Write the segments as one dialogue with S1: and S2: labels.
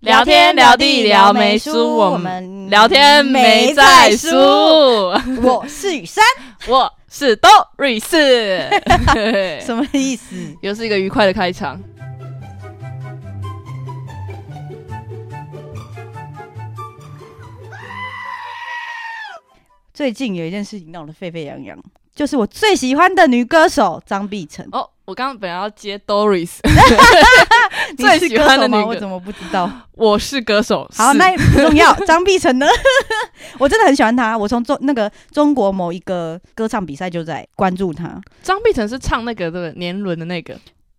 S1: 聊天聊地聊没输，我们聊天没在输。
S2: 我是雨珊，
S1: 我是都瑞士，哎
S2: 什么意思？
S1: 又是一个愉快的开场。
S2: 最近有一件事情闹得沸沸扬扬，就是我最喜欢的女歌手张碧晨。
S1: 哦，我刚刚本来要接 Doris，
S2: 你是
S1: 最喜欢的
S2: 歌手吗
S1: 女歌
S2: 我怎么不知道？
S1: 我是歌手。
S2: 好，
S1: 是
S2: 那也不重要。 张碧晨呢？我真的很喜欢她，我从中那个中国某一个歌唱比赛就在关注她。
S1: 张碧晨是唱那个对不对？年轮的那个，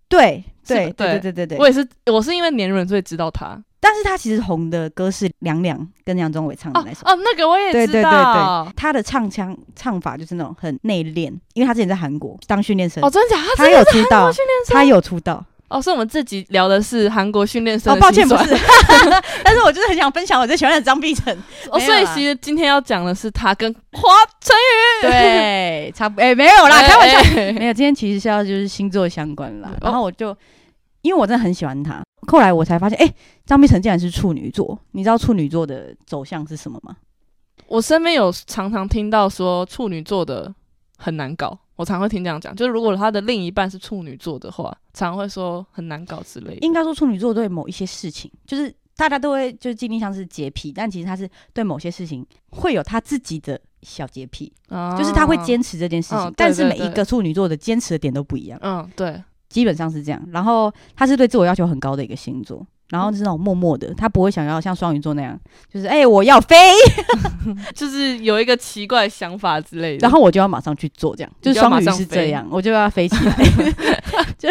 S2: 对
S1: 是
S2: 对
S1: 吧
S2: 对
S1: 对
S2: 对对对
S1: 我
S2: 对，
S1: 也是，我是因为年轮所以知道他。
S2: 但是她其实红的歌是梁良跟杨宗纬唱的
S1: 哦
S2: 那首。
S1: 哦，那个我也
S2: 嗯对
S1: 知
S2: 对对
S1: 道。
S2: 对，她的唱腔唱法就是那种很内敛，因为她之前在韩国当训练生，
S1: 哦，真的假的？他
S2: 她有出道，
S1: 训练生
S2: 她有出道。
S1: 哦，所以我们这集聊的是韩国训练生
S2: 哦，
S1: 的
S2: 抱歉
S1: 辛
S2: 不
S1: 酸
S2: 是， 但是我就是很想分享我最喜欢的张碧晨。
S1: 哦，
S2: 没有
S1: 所以
S2: 啦
S1: 其实今天要讲的是他跟华晨宇。
S2: 对，差不哎、没有
S1: 好
S2: 啦，开玩笑。
S1: 笑。
S2: 没有，今天其实是要就是星座相关啦
S1: 哎哦。
S2: 然后我就，因为我真的很喜欢他，后来我才发现，哎、张碧晨竟然是处女座。你知道处女座的走向是什么吗？
S1: 我身边有常常听到说处女座的很难搞，我常会听这样讲，就是如果他的另一半是处女座的话，常会说很难搞之类的。
S2: 应该说处女座对某一些事情，就是大家都会就是尽力像是洁癖，但其实他是对某些事情会有他自己的小洁癖，
S1: 啊
S2: 就是他会，坚持这件事情。
S1: 哦对
S2: 但是
S1: 对
S2: 每一
S1: 对
S2: 个处女座的坚持的点都不一样，
S1: 嗯，对，
S2: 基本上是这样。然后他是对自我要求很高的一个星座。然
S1: 嗯
S2: 后是那种默默的，他不会想要像双鱼座那样，就是哎、我要飞，
S1: 就是有一个奇怪的想法之类的。
S2: 然后我就要马上去做，这样
S1: 嗯你
S2: 就
S1: 就要
S2: 双
S1: 马
S2: 鱼
S1: 上
S2: 是
S1: 飞
S2: 这样，我就要飞起来。 就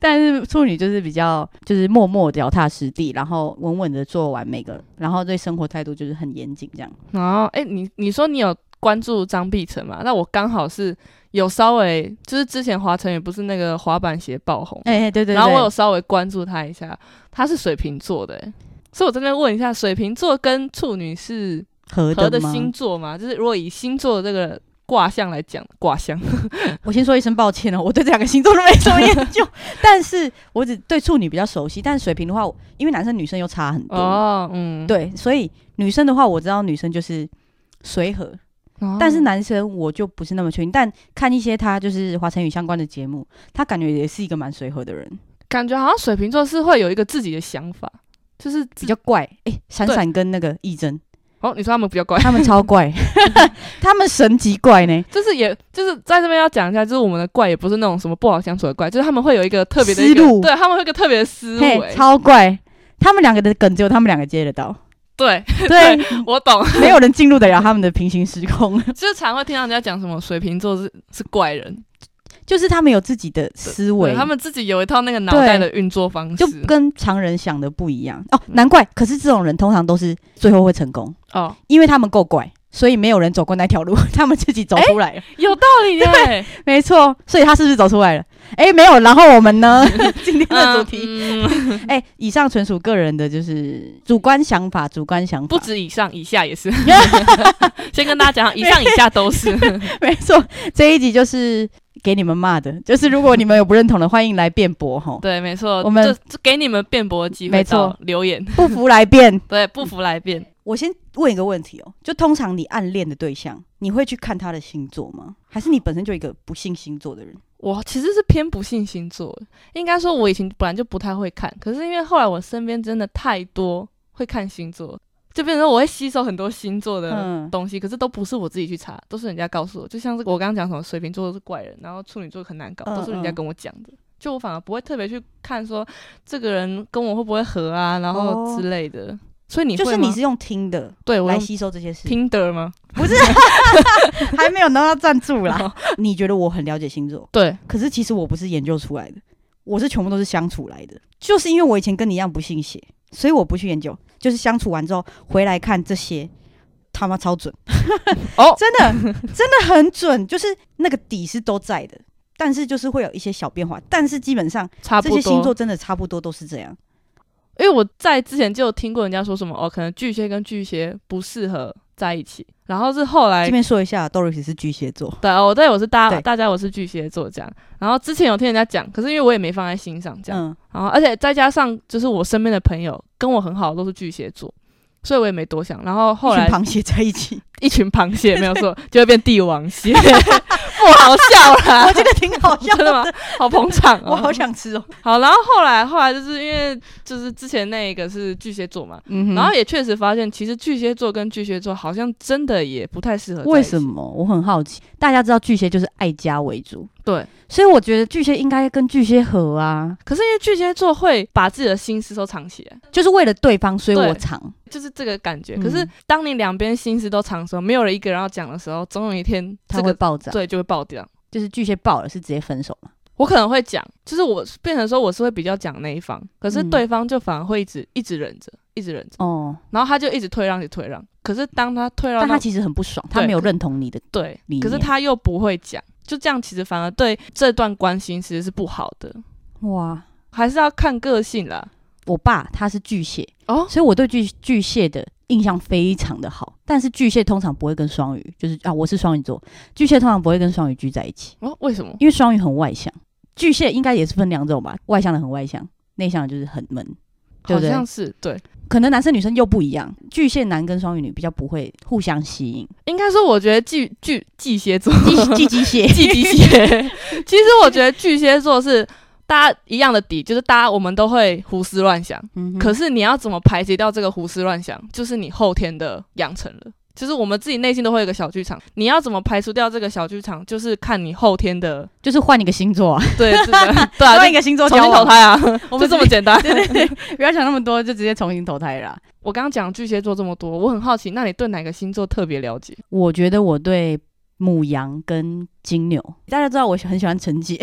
S2: 但是处女就是比较就是默默脚踏实地，然后稳稳的做完每个，然后对生活态度就是很严谨这样。
S1: 然后，哎、你你说你有关注张碧晨嘛？那我刚好是有稍微，就是之前华晨宇不是那个滑板鞋爆红，
S2: 哎、哎对对对。
S1: 然后我有稍微关注他一下，他是水瓶座的、诶所以我这边问一下，水瓶座跟处女是合
S2: 合的
S1: 的
S2: 吗
S1: 星，座吗？就是如果以星座的这个卦象来讲，卦 象
S2: 我先说一声抱歉哦，我对这两个星座都没什么研究，但是我只对处女比较熟悉，但水瓶的话，因为男生女生又差很多，
S1: 哦，嗯，
S2: 对，所以女生的话，我知道女生就是随和，
S1: 哦，
S2: 但是男生我就不是那么确定，但看一些他就是华晨宇相关的节目，他感觉也是一个蛮随和的人，
S1: 感觉好像水瓶座是会有一个自己的想法，就是比
S2: 比较怪。诶，闪闪跟那个义珍，
S1: 哦，你说他们比较乖，
S2: 他们超怪，他们神级怪呢，
S1: 就是也就是在这边要讲一下，就是我们的怪也不是那种什么不好相处的怪，就是他们会有一个特别的一个
S2: 思路
S1: 对他们会有一个特别的思
S2: 嘿，
S1: 维，
S2: 超怪。他们两个的梗只有他们两个接得到，
S1: 对
S2: 对，
S1: 我懂，
S2: 没有人进入得了他们的平行时空，
S1: 就是常会听到人家讲什么水瓶座是是怪人，
S2: 就是他们有自己的思维，
S1: 对他们自己有一套那个脑袋的运作方式，
S2: 就跟常人想的不一样哦，
S1: 嗯
S2: 难怪。可是这种人通常都是最后会成功，
S1: 哦
S2: 因为他们够怪，所以没有人走过那条路， 他们自己走出来了。
S1: 有道 理耶，
S2: 没错，所以他是不是走出来了？哎，没有。然后我 们呢？今天的主题，
S1: 嗯
S2: 哎、以上纯属个人的，就是主观想法，主观想法。
S1: 不，止以上，以下也 是。 先跟大家讲，以上以下都是。
S2: 没错，这一集就是给你们骂的，就是如果你们有不认同的，欢迎来辩驳吼，
S1: 对，没错，
S2: 我们
S1: 就就给你们辩驳的机会，
S2: 没错，
S1: 留言。
S2: 不服来辩。
S1: 对，不服来辩。
S2: 我先问一个问题哦，就通常你暗恋的对象，你会去看他的星座吗？还是你本身就一个不信星座的人？
S1: 我其实是偏不信星座的，应该说我以前本来就不太会看，可是因为后来我身边真的太多会看星座，就变成说我会吸收很多星座的
S2: 嗯，
S1: 东西，可是都不是我自己去查，都是人家告诉我。就像是我刚刚讲什么水瓶座是怪人，然后处女座很难搞，
S2: 嗯
S1: 都是人家跟我讲的。就我反而不会特别去看说这个人跟我会不会合啊，然后
S2: 哦
S1: 之类的。所以你会
S2: 就是
S1: 吗
S2: 你是用听的
S1: 对我
S2: 来
S1: 用
S2: 吸收这些事，
S1: Tinder 吗？
S2: 不是 还没有拿到赞助啦。
S1: 哦
S2: 你觉得我很了解星座？
S1: 对，
S2: 可是其实我不是研究出来的，我是全部都是相处来的。就是因为我以前跟你一样不信邪，所以我不去研究，就是相处完之后回来看这些，他妈超准
S1: 哦
S2: 真的真的很准，就是那个底是都在的，但是就是会有一些小变化，但是基本上
S1: 差不
S2: 这
S1: 多。
S2: 些星座，真的差不多都是这样。
S1: 因为我在之前就有听过人家说什么哦，可能巨蟹跟巨蟹不适合在一起，然后是后来
S2: 这边说一下，Doris 是巨蟹座，
S1: 对哦，对我是大
S2: 对
S1: 大家我是巨蟹座这样，然后之前有听人家讲，可是因为我也没放在心上这样，
S2: 嗯，
S1: 然后而且再加上就是我身边的朋友跟我很好的都是巨蟹座，所以我也没多想。然后后
S2: 一群
S1: 来
S2: 螃蟹在 一起，
S1: 一群螃蟹没有错，就会变帝王 蟹， 不好笑啦
S2: 我。觉得挺好笑
S1: 真的吗？好捧场哦！
S2: 我好想吃哦。
S1: 好，然后后来后来就是因为就是之前那一个是巨蟹座嘛，
S2: 嗯
S1: 然后也确实发现，其实巨蟹座跟巨蟹座好像真的也不太适合。
S2: 为什？么？我很好奇。大家知道巨蟹就是爱家为主，
S1: 对，
S2: 所以我觉得巨蟹应该跟巨蟹合啊，
S1: 可是因为巨蟹座会把自己的心思都藏起来，
S2: 就是为了对方，所以
S1: 对
S2: 我藏。
S1: 就是这个感觉。
S2: 嗯
S1: 可是当你两边心思都藏的时候，没有了一个人要讲的时候，总有一天
S2: 他
S1: 这
S2: 会
S1: 个
S2: 爆炸，
S1: 对就会爆掉。
S2: 就是巨蟹爆了是直接分手嘛？
S1: 我可能会讲，就是我变成说我是会比较讲那一方，可是
S2: 嗯
S1: 对方就反而会一直一直忍着，一直忍着，
S2: 哦，
S1: 然后他就一直退让，一直退让。可是当他退让
S2: 但
S1: 到，
S2: 他其实很不爽，他
S1: 对
S2: 没有认同你的，
S1: 对
S2: 理，
S1: 可是
S2: 念
S1: 他又不会讲，就这样其实反而对这段关系其实是不好的，
S2: 哇。
S1: 还是要看个性啦。
S2: 我爸他是巨蟹，
S1: 哦，
S2: 所以我对巨巨蟹的印象非常的好。但是巨蟹通常不会跟双鱼，就是啊，我是双鱼座，巨蟹通常不会跟双鱼聚在一起，
S1: 哦，为什么？
S2: 因为双鱼很外向。巨蟹应该也是分两种吧，外向的很外向，内向的就是很闷。
S1: 好
S2: 对不对
S1: 像是对，
S2: 可能男生女生又不一样，巨蟹男跟双鱼女比较不会互相吸 引。
S1: 应该说我觉得巨巨巨蟹座，
S2: 巨巨巨 蟹，
S1: 巨巨蟹， 其实我觉得巨蟹座是大家一样的底，就是大家我们都会胡思乱想，
S2: 嗯哼
S1: 可是你要怎么排解掉这个胡思乱想，就是你后天的养成了。就是我们自己内心都会有一个小剧场，你要怎么排除掉这个小剧场，就是看你后天 的
S2: 就是换一个星座啊，
S1: 对这个对啊，
S2: 换
S1: 就
S2: 一个星座
S1: 重
S2: 交
S1: 新投
S2: 往，
S1: 胎啊，
S2: 哦我
S1: 就
S2: 们
S1: 这么简单。
S2: 对 对对，不要想那么多，就直接重新投胎啦。
S1: 我刚刚讲巨蟹座这么多，我很好奇，那你对哪个星座特别了解？
S2: 我觉得我对母羊跟金牛，大家知道我很喜欢陈 姐，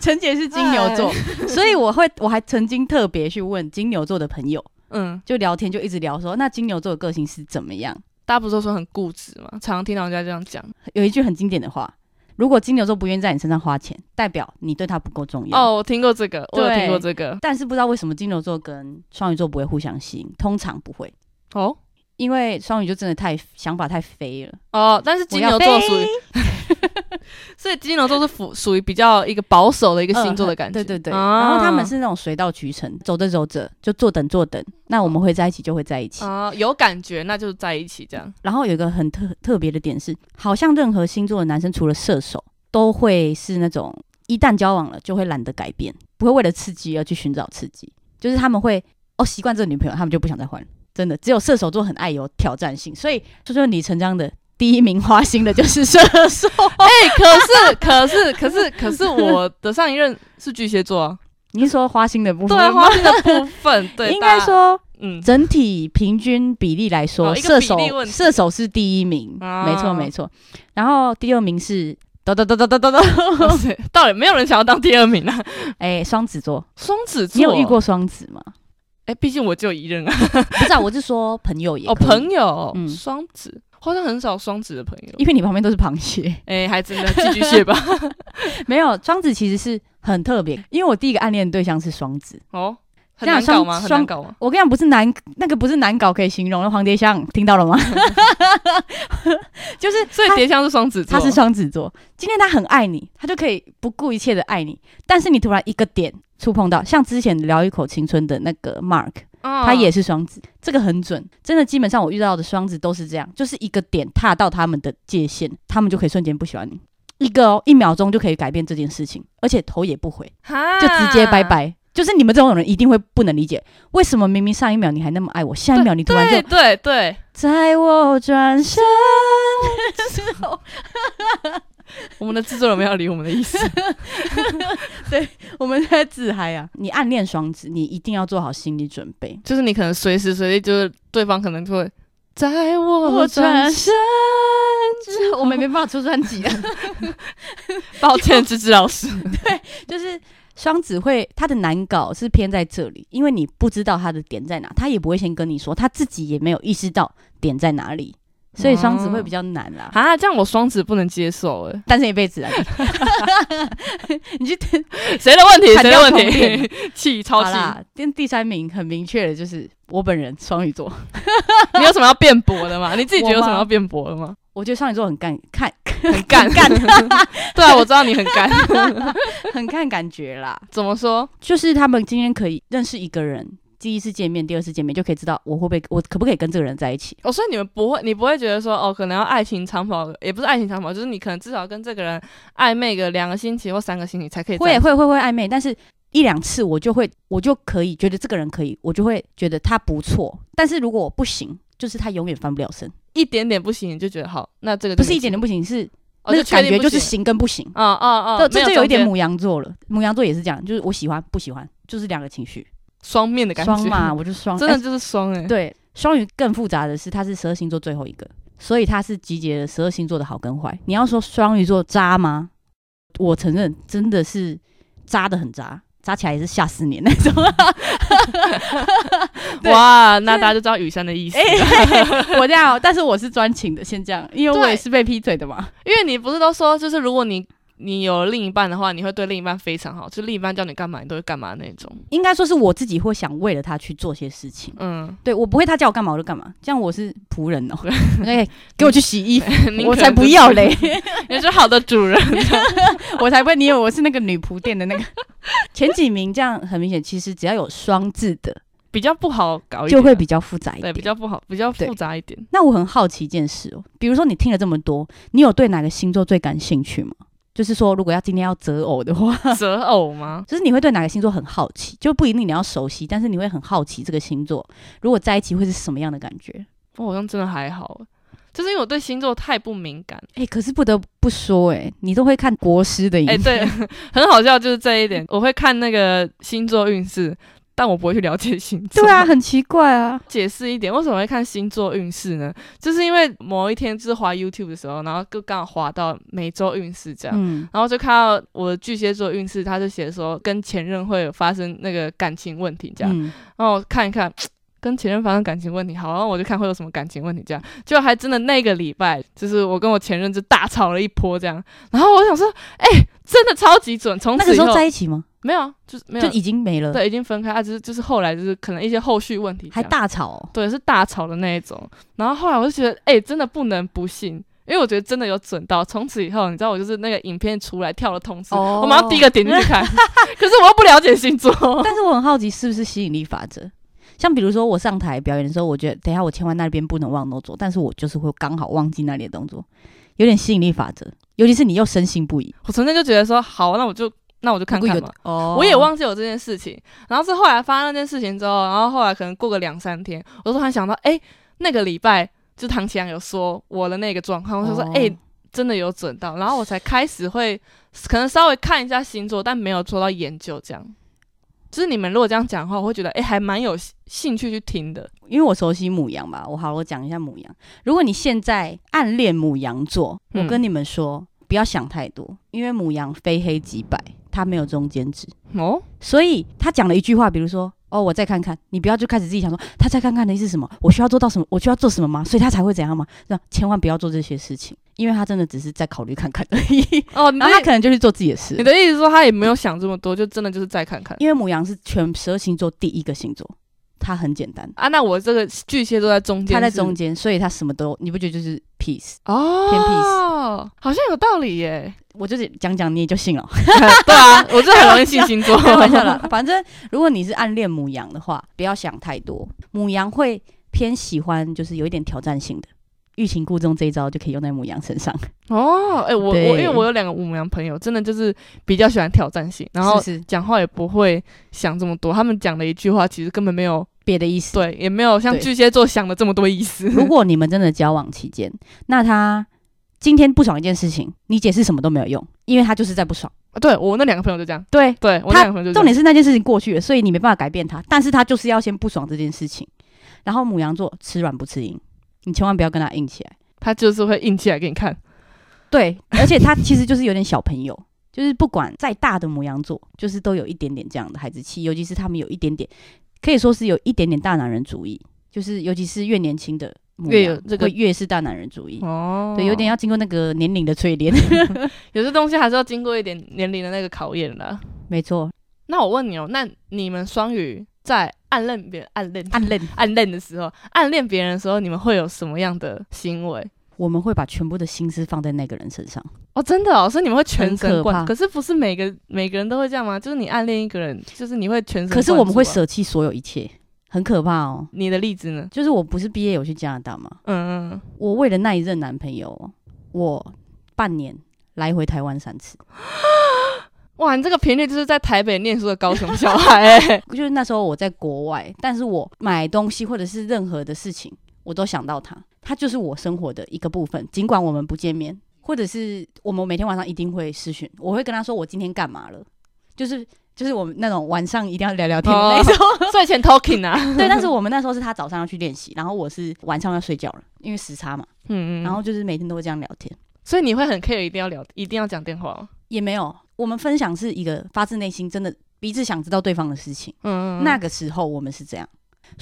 S2: 陈姐是金牛座，
S1: 哎
S2: 所以我会我还曾经特别去问金牛座的朋友，
S1: 嗯，
S2: 就聊天就一直聊说，那金牛座的个性是怎么样？
S1: 大家不是都说很固执嘛，常常听到人家这样讲。
S2: 有一句很经典的话，如果金牛座不愿意在你身上花钱，代表你对他不够重要。
S1: 哦，我听过这个，我有
S2: 对
S1: 听过这个。
S2: 但是不知道为什么金牛座跟双鱼座不会互相吸引，通常不会，
S1: 哦
S2: 因为双鱼就真的太想法太飞了。
S1: 哦，但是金牛
S2: 我要
S1: 座
S2: 飞
S1: 属于， 所以金牛座是属属于比较一个保守的一个星座的感觉。
S2: 对对对，
S1: 啊
S2: 然后他们是那种水到渠成，走着走着就坐等坐等，那我们会在一起就会在一起。
S1: 啊、有感觉，那就在一起这样。
S2: 然后有一个很特特别的点是，好像任何星座的男生除了射手，都会是那种一旦交往了就会懒得改变，不会为了刺激而去寻找刺激，就是他们会哦习惯这个女朋友，他们就不想再换了。真的，只有射手座很爱有挑战性，所以说说李成章的第一名花心的就是射 手。
S1: 哎、可是 可是可是可是我的上一任是巨蟹座 啊，
S2: 你是说花心的部分
S1: 对
S2: 吗？
S1: 花心的部 分，对，
S2: 应
S1: 大
S2: 该
S1: 家，
S2: 说
S1: 嗯，
S2: 整体平均比例来说，
S1: 哦一个
S2: 射
S1: 比
S2: 手
S1: 例问题
S2: 射手是第一名，
S1: 啊
S2: 没错没错。然后第二名是哒哒哒哒哒哒哒，
S1: 对 到底没有人想要当第二名啊？
S2: 哎，双子座，
S1: 双子座，
S2: 你有遇？过双子吗？
S1: 哎、毕竟我就一任啊。
S2: 不是啊，我是说朋友也
S1: 哦，
S2: 可以
S1: 朋友，
S2: 嗯
S1: 双子，好像很少双子的朋友。
S2: 因为你旁边都是螃 蟹，
S1: 哎、还真的寄居蟹吧？
S2: 没有双子其实是很特别，因为我第一个暗恋对象是双子，
S1: 哦，很
S2: 这样
S1: 难搞吗？
S2: 双
S1: 很难搞吗？
S2: 我跟你讲不是难，那个不是难搞可以形容，那黄蝶香听到了吗？ 就是
S1: 所以
S2: 他
S1: 蝶香是双子座，
S2: 他是双子座，今天他很爱你，他就可以不顾一切的爱你，但是你突然一个点触碰到，像之前聊一口青春的那个 Mark，
S1: 啊
S2: 他也是双子，这个很准，真的基本上我遇到的双子都是这样，就是一个点踏到他们的界限，他们就可以瞬间不喜欢你，一个哦一秒钟就可以改变这件事情，而且头也不回，
S1: 哈
S2: 就直接拜。拜。就是你们这种人一定会不能理解，为什么明明上一秒你还那么爱我，下一秒你突然就
S1: 对对对，
S2: 在我转身
S1: 我们的制作人没有理我们的意思。
S2: 我们在自嗨啊！你暗恋双子，你一定要做好心理准备。
S1: 就是你可能随时随地就是对方可能就会在我
S2: 我转
S1: 转
S2: 身， 我们没办法出专辑啊。
S1: 抱歉，芝芝老师。
S2: 就是双子会他的难搞是偏在这里，因为你不知道他的点在哪，他也不会先跟你说，他自己也没有意识到点在哪里，所以双子会比较难啦。
S1: 哦啊，这样我双子不能接受哎，
S2: 单身一辈子啊！ 你你去
S1: 谁的问题？
S2: 砍
S1: 谁的
S2: 掉
S1: 问
S2: 重练
S1: 题？ 气超
S2: 好
S1: 气！
S2: 啦，第第三名很明确的就是我本人双鱼座，
S1: 你有什么要辩驳的吗？你自己觉得有
S2: 我
S1: 什
S2: 吗
S1: 么要辩驳的吗？
S2: 我觉得双鱼座很干看
S1: 很干
S2: 干
S1: 对啊，我知道你很 干。
S2: 很看感觉啦。
S1: 怎么说？
S2: 就是他们今天可以认识一个人，第一次见面、第二次见面就可以知道我会不会我可不可以跟这个人在一起。
S1: 哦，所以你们不会，你不会觉得说，哦，可能要爱情长跑，也不是爱情长跑，就是你可能至少跟这个人暧昧个两个星期或三个星期才可以在一
S2: 会
S1: 起。
S2: 会会会暧昧，但是一两次我就会我就可以觉得这个人可以，我就会觉得他不错。但是如果我不行，就是他永远翻不了身，
S1: 一点点不行，你就觉得好，那这个
S2: 不
S1: 就是
S2: 一
S1: 行
S2: 点点不行，是
S1: 哦
S2: 那个
S1: 确
S2: 感
S1: 定
S2: 觉
S1: 不
S2: 就是
S1: 行
S2: 行跟不行。
S1: 哦哦
S2: 这
S1: 哦，
S2: 这
S1: 没有
S2: 就有
S1: 中
S2: 一点
S1: 间
S2: 母羊座了，母羊座也是这样，就是我喜欢不喜欢，就是两个情绪，
S1: 双面的感觉，
S2: 双嘛，我就双，
S1: 真的
S2: 哎
S1: 就是双哎、
S2: 对，双鱼更复杂的是，它是十二星座最后一个，所以它是集结了十二星座的好跟坏。你要说双鱼座渣吗？我承认真的是渣的很渣，渣起来也是吓死你那种。对哎
S1: 哇，那大家就知道雨山的 意思了，
S2: 我这样哦，但是我是专情的，先这样，因为我
S1: 对
S2: 也是被劈腿的嘛。
S1: 因为你不是都说，就是如果你你有另一半的话，你会对另一半非常好，就另一半叫你干嘛，你都会干嘛那种。
S2: 应该说是我自己会想为了他去做些事情，
S1: 嗯，
S2: 对我不会他叫我干嘛我就干嘛，这样我是仆人哦。 哎，给我去洗衣服，
S1: 您
S2: 哎我
S1: 可
S2: 才
S1: 能就
S2: 不
S1: 是
S2: 要嘞，
S1: 你是好的主人。
S2: 我才不会你以为我是那个女仆店的那个 前几名，这样很明显，其实只要有双字的
S1: 比较不好搞一点啊，
S2: 就会比较复杂一
S1: 对
S2: 点。
S1: 比较不好，比较
S2: 对
S1: 复杂一 点。
S2: 那我很好奇一件事哦，比如说你听了这么多，你有对哪个星座最感兴趣吗？就是说，如果要今天要择偶的话，
S1: 择偶吗？
S2: 就是你会对哪个星座很好奇，就不一定你要熟悉，但是你会很好奇这个星座如果在一起会是什么样的感觉。
S1: 我好像真的还好，就是因为我对星座太不敏感。
S2: 哎、可是不得不说、哎，你都会看国师的影
S1: 哎、
S2: 片，
S1: 对，很好笑，就是这一点。我会看那个星座运势，但我不会去了解星座。
S2: 对啊，，很奇怪啊。
S1: 解释一点，为什么会看星座运势呢？就是因为某一天就是滑 YouTube 的时候，然后就刚好滑到每周运势这样。
S2: 嗯，
S1: 然后就看到我的巨蟹座运势，他就写说跟前任会有发生那个感情问题这样，
S2: 嗯
S1: 然后我看一看，跟前任发生感情问题，好，然后我就看会有什么感情问题这样，就还真的那个礼拜，就是我跟我前任就大吵了一波这样，然后我想说，哎、真的超级准，从
S2: 那个
S1: 此以
S2: 时
S1: 后
S2: 候在一起吗？
S1: 没有啊，就是没有
S2: 就，已经没了，
S1: 对，已经分开啊，就是就是后来就是可能一些后续问题这
S2: 还
S1: 样，
S2: 大吵 哦、
S1: 对，是大吵的那一种。然后后来我就觉得，哎、真的不能不信，因为我觉得真的有准到。从此以后，你知道我就是那个影片出来跳了通知，
S2: 哦
S1: 我马上第一个点进去看。 可是我又不了解星座，
S2: 但是我很好奇，是不是吸引力法则？像比如说我上台表演的时候，我觉得等一下我千万那边不能忘动作，但是我就是会刚好忘记那里的动作，有点吸引力法则。尤其是你又深信不疑，
S1: 我从那就觉得说，好，那我就那我就看
S2: 如果
S1: 看
S2: 有
S1: 嘛。
S2: 哦
S1: 我也忘记有这件事情，然后是后来发生那件事情之后，然后后来可能过个两三天，我突然想到，哎、那个礼拜就唐启阳有说我的那个状况，我就说，哎、
S2: 哦
S1: 真的有准到，然后我才开始会可能稍微看一下星座，但没有做到研究这样。就是你们如果这样讲的话，我会觉得诶，还蛮有兴兴趣去听的。
S2: 因为我熟悉母羊嘛，我好，我讲一下母羊。如果你现在暗恋母羊座，
S1: 嗯
S2: 我跟你们说，不要想太多，因为母羊非黑即白，它没有中间值。
S1: 哦，
S2: 所以他讲了一句话，比如说。哦，我再看看，你不要就开始自己想说他再看看的意思是什么？我需要做到什么？我需要做什么吗？所以他才会怎样吗？这样千万不要做这些事情，因为他真的只是在考虑看看而已。
S1: 哦，你的
S2: 然啊后他可能就去做自己的事
S1: 你。的意思是说他也没有想这么多，就真的就是再看看
S2: 因为母羊是全十二星座第一个星座，它很简单，
S1: 啊。那我这个巨蟹座在中间，
S2: 它在中间，所以它什么都你不觉得就是 peace？
S1: 哦，
S2: 偏
S1: 好像有道理耶。
S2: 我就是讲讲你也就信 了。
S1: 对啊，我这很容易信星座。
S2: 开玩笑啦，反正如果你是暗恋母羊的话，不要想太多。母羊会偏喜欢就是有一点挑战性的，欲擒故纵这一招就可以用在母羊身 上。
S1: 哦，哎、我我
S2: 对
S1: 因为我有两个母羊朋友，真的就是比较喜欢挑战性，然后
S2: 是不是
S1: 讲话也不会想这么多。他们讲的一句话，其实根本没有
S2: 别的意 思。
S1: 对，也没有像
S2: 对
S1: 巨蟹座想的这么多意思。
S2: 如果你们真的交往期间，那他今天不爽一件事情，你解释什么都没有用，因为他就是在不爽。
S1: 对我那两个朋友就这样，
S2: 对，
S1: 对我那
S2: 他
S1: 两个朋友就这
S2: 重
S1: 样
S2: 点是那件事情过去了，所以你没办法改变他，但是他就是要先不爽这件事情。然后母羊座吃软不吃硬，你千万不要跟他硬起来。
S1: 他就是会硬起来给你看。
S2: 对，而且他其实就是有点小朋友， 就是不管再大的母羊座，就是都有一点点这样的孩子气，尤其是他们有一点点，可以说是有一点点大男人主义，就是尤其是越年轻的母
S1: 越
S2: 羊
S1: 有这个
S2: 会越是大男人主义。
S1: 哦
S2: 对，有点要经过那个年龄的淬炼。
S1: 有些东西还是要经过一点年龄的那个考验的。
S2: 没错，
S1: 那我问你哦，那你们双鱼在暗恋别人、暗恋、
S2: 暗恋
S1: 暗恋的时候，暗恋别人的时候，你们会有什么样的行为？
S2: 我们会把全部的心思放在那个人身上。
S1: 哦，真的哦，所以你们会全神贯
S2: 很可怕
S1: 注。可是不是每个每个人都会这样吗？就是你暗恋一个人，就是你会全神、啊
S2: 可是我们会，舍弃所有一切，很可怕哦。
S1: 你的例子呢？
S2: 就是我不是毕业有去加拿大吗？
S1: 嗯嗯，
S2: 我为了那一任男朋友，我半年来回台湾三次。
S1: 哇，你这个频率就是在台北念书的高雄小 孩、欸，
S2: 就是那时候我在国外，但是我买东西或者是任何的事情，我都想到他，他就是我生活的一个部分。尽管我们不见面，或者是我们每天晚上一定会私讯，我会跟他说我今天干嘛了，就是就是我们那种晚上一定要聊聊天的
S1: 哦
S2: 那种。
S1: 睡前 talking 啊，
S2: 对，但是我们那时候是他早上要去练习，然后我是晚上要睡觉了，因为时差嘛。
S1: 嗯嗯，
S2: 然后就是每天都会这样聊天，
S1: 所以你会很 care，一定要聊，一定要讲电话哦，
S2: 也没有我们分享是一个发自内心，真的彼此想知道对方的事情。
S1: 嗯嗯，
S2: 那个时候我们是这样。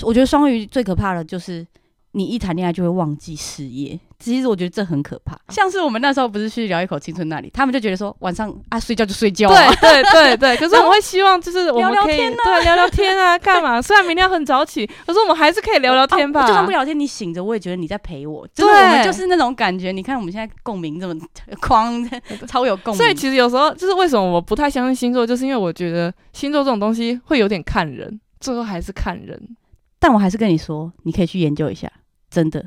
S2: 我觉得双鱼最可怕的就是你一谈恋爱就会忘记事业，其实我觉得这很可怕。 像是我们那时候不是去聊一口青春那里，他们就觉得说晚上啊睡觉就睡觉、啊，
S1: 对对对对，可是我们会希望就是我们
S2: 聊聊
S1: 可以
S2: 天
S1: 对聊聊天啊，干嘛？虽然明天要很早起，可是我们还是可以聊聊天吧。
S2: 啊我就算不聊天，你醒着我也觉得你在陪我，就
S1: 对
S2: 是我们就是那种感觉。你看我们现在共鸣这么 框，超有共鸣。
S1: 所以其实有时候就是为什么我不太相信星座，就是因为我觉得星座这种东西会有点看人，最后还是看人，
S2: 但我还是跟你说，你可以去研究一下，真的，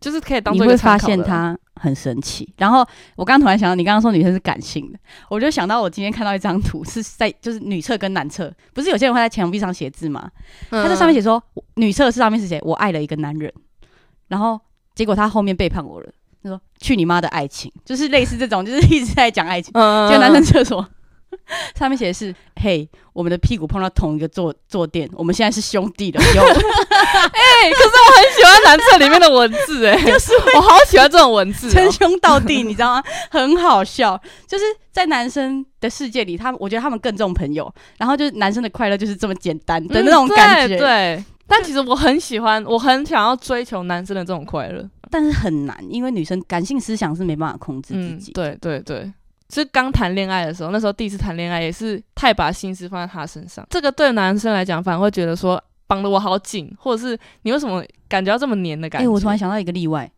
S1: 就是可以当
S2: 你
S1: 做
S2: 会发现它很神奇。然后我刚刚突然想到，你刚刚说女生是感性的，我就想到我今天看到一张图，是在就是女厕跟男厕，不是有些人会在墙壁上写字吗？他在上面
S1: 写，
S2: 写说，我女厕是上面是写我爱了一个男人，然后结果他后面背叛我了，他说去你妈的爱情，就是类似这种，就是一直在讲爱情。
S1: 嗯，
S2: 就男生厕所上面写的是：“嘿，我们的屁股碰到同一个坐坐垫，我们现在是兄弟了。有
S1: 哎、可是我很喜欢男厕里面的文字、哎，
S2: 就是
S1: 我好喜欢这种文字、
S2: 称
S1: 哦。
S2: 兄道弟，你知道吗？ 很好笑，就是在男生的世界里，他们我觉得他们更重朋友，然后就是男生的快乐就是这么简单的那种感觉，
S1: 嗯对对。但其实我很喜欢，我很想要追求男生的这种快乐。
S2: 但是很难，因为女生感性思想是没办法控制自
S1: 嗯
S2: 己，，
S1: 对对对，就是刚谈恋爱的时候，那时候第一次谈恋爱，也是太把心思放在他身上。这个对男生来讲，反而会觉得说绑得我好紧，或者是你为什么感觉要这么黏的感
S2: 哎、
S1: 觉？
S2: 我突然想到一个例外，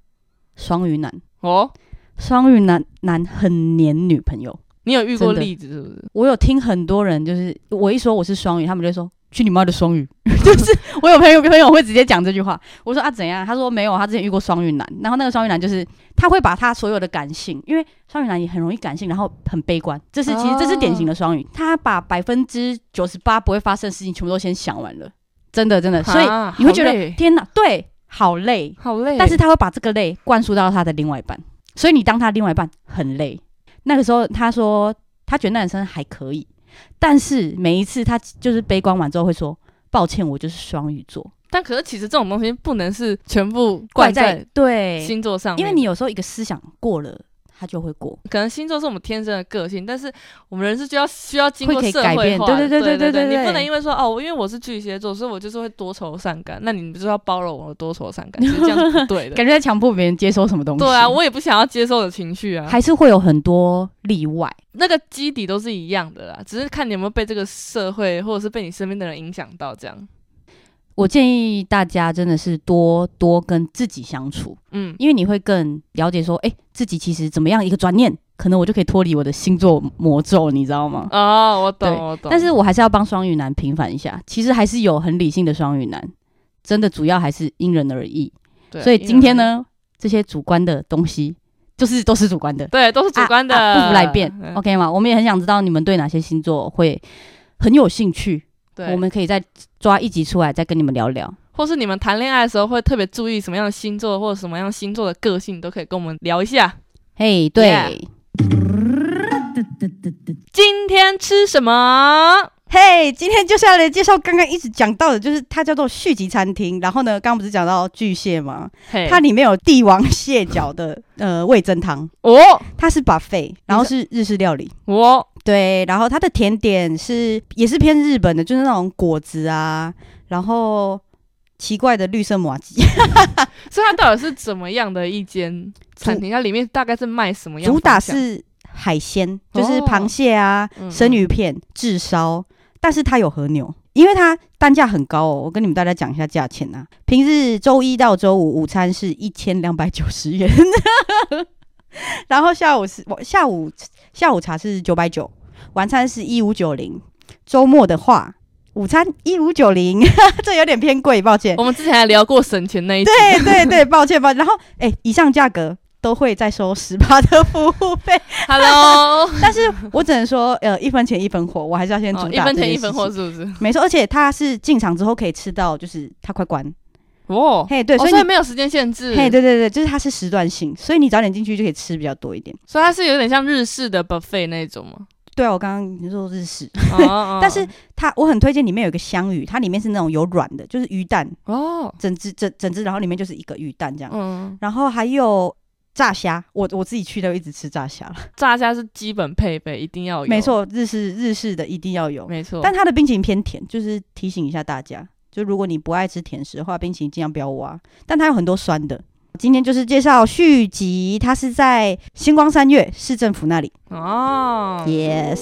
S2: 双鱼男，
S1: 哦，
S2: 双鱼男男很黏女朋友。
S1: 你有遇过
S2: 真的
S1: 例子是不是？
S2: 我有听很多人，就是我一说我是双鱼，他们就说去你妈的双鱼， 就是我有朋友朋友会直接讲这句话。我说啊怎样？他说没有，他之前遇过双鱼男，然后那个双鱼男就是他会把他所有的感性，因为双鱼男也很容易感性，然后很悲观，这
S1: 哦
S2: 是其实这是典型的双鱼，他把百分之九十八不会发生的事情全部都先想完了，真的真的，呃所以
S1: 啊
S2: 你会觉
S1: 好
S2: 得
S1: 累
S2: 天哪，对，好累，
S1: 好累，
S2: 但是他会把这个累灌输到他的另外一半，所以你当他另外一半很累。那个时候他说他觉得那男生还可以，但是每一次他就是悲观完之后会说抱歉，我就是双鱼座，
S1: 但可是其实这种东西不能是全部
S2: 怪
S1: 灌
S2: 在
S1: 在
S2: 对，
S1: 星座上面，
S2: 因为你有时候一个思想过了，他就会过。
S1: 可能星座是我们天生的个性，但是我们人是需要需要经过
S2: 会可以
S1: 社
S2: 改
S1: 会
S2: 变
S1: 化
S2: 对
S1: 的，
S2: 对对
S1: 对
S2: 对对对
S1: 你
S2: 对
S1: 不能因为说哦，我因为我是巨蟹座，所以我就是会多愁善感，那你们就是要包容我的多愁善感，其实这样是不对的。
S2: 感觉在强迫别人接收什么东西。
S1: 对 啊，我也不想要接受的情绪啊，
S2: 还是会有很多例外。
S1: 那个基底都是一样的啦，只是看你有没有被这个社会或者是被你身边的人影响到这样。
S2: 我建议大家真的是多多跟自己相处，
S1: 嗯，
S2: 因为你会更了解说，哎、自己其实怎么样一个转念，可能我就可以脱离我的星座魔咒，你知道吗？
S1: 哦，我懂，
S2: 对
S1: 我懂。
S2: 但是我还是要帮双鱼男平反一下，其实还是有很理性的双鱼男，真的主要还是因人而异。
S1: 对
S2: 所以今天，呢，这些主观的东西就是都是主观的，
S1: 对，都是主观的，
S2: 啊啊不服来辩、
S1: 嗯
S2: OK 吗？我们也很想知道你们对哪些星座会很有兴趣，
S1: 对，
S2: 我们可以再抓一集出来再跟你们聊聊。
S1: 或是你们谈恋爱的时候会特别注意什么样的星座或者什么样星座的个性，都可以跟我们聊一下。
S2: 嘿、对
S1: Yeah 今天吃什么？
S2: 嘿今天就是要来介绍刚刚一直讲到的，就是它叫做续集餐厅。然后呢，刚刚不是讲到巨蟹吗？
S1: 嘿
S2: 它里面有帝王蟹脚的呃味噌汤，
S1: 我
S2: 它是 buffet，然后是日式料理。
S1: 我
S2: 对，然后它的甜点是也是偏日本的，就是那种果子啊，然后奇怪的绿色麻吉，
S1: 所以它到底是怎么样的一间餐厅？它里面大概是卖什么样的
S2: 主打
S1: 方向？
S2: 是海鲜，就是
S1: 哦
S2: 螃蟹啊、
S1: 嗯
S2: 生鱼片、炙烧，但是它有和牛，因为它单价很高哦。我跟你们大家讲一下价钱啊，平日周一到周五午餐是一千两百九十元， 然后下午是我下午下午茶是九百九，晚餐是一五九零，周末的话午餐一五九零， 这有点偏贵，抱歉。
S1: 我们之前还聊过省钱那一集，
S2: 对对对，抱歉抱歉。然后，哎、以上价格都会再收十八的服务费，
S1: Hello，
S2: 但是我只能说，呃，一分钱一分货，我还是要 先主打、
S1: 哦一分钱一分货，是不是？
S2: 没错。而且它是进场之后可以吃到，就是它快关，
S1: 哦，
S2: 嘿，对，
S1: 哦
S2: 所以
S1: 所以
S2: 你。
S1: 没有时间限制，
S2: 嘿，对对对，就是它是时段性，所以你早点进去就可以吃比较多一点。
S1: 所以它是有点像日式的 buffet 那种 嘛。
S2: 对啊，我刚刚你说日式，
S1: 哦哦
S2: 但是它我很推荐里面有一个香鱼，它里面是那种有软的，就是鱼蛋
S1: 哦，
S2: 整只整整只，然后里面就是一个鱼蛋这样，
S1: 嗯，
S2: 然后还有炸虾，我我自己去都一直吃炸虾了，
S1: 炸虾是基本配备，一定要哦有。
S2: 没，错，日式日式的一定要有，
S1: 没错。
S2: 但它的冰淇淋偏甜，就是提醒一下大家，就如果你不爱吃甜食的话，冰淇淋尽量不要挖，但它有很多酸的。今天就是介绍续集，它是在星光三月市政府那里。
S1: 哦，
S2: Yes，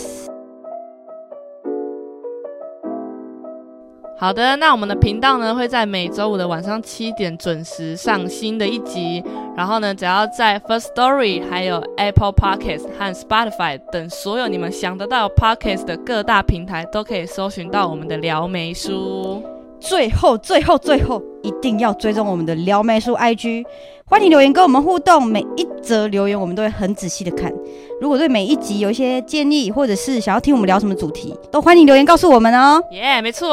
S1: 好的，那我们的频道呢会在每周五的晚上七点准时上新的一集。然后呢，只要在 First Story、还有 Apple Podcast 和 Spotify 等所有你们想得到 Podcast 的各大平台，都可以搜寻到我们的撩眉书。
S2: 最后最后最后一定要追踪我们的撩妹术 IG，欢迎留言跟我们互动，每一则留言我们都会很仔细的看。如果对每一集有一些建议，或者是想要听我们聊什么主题，都欢迎留言告诉我们哦。
S1: 耶、没错，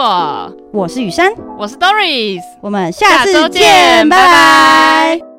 S2: 我是雨珊，
S1: 我是 Doris。
S2: 我们下次
S1: 下周
S2: 见，
S1: 见拜
S2: 拜
S1: 拜
S2: 拜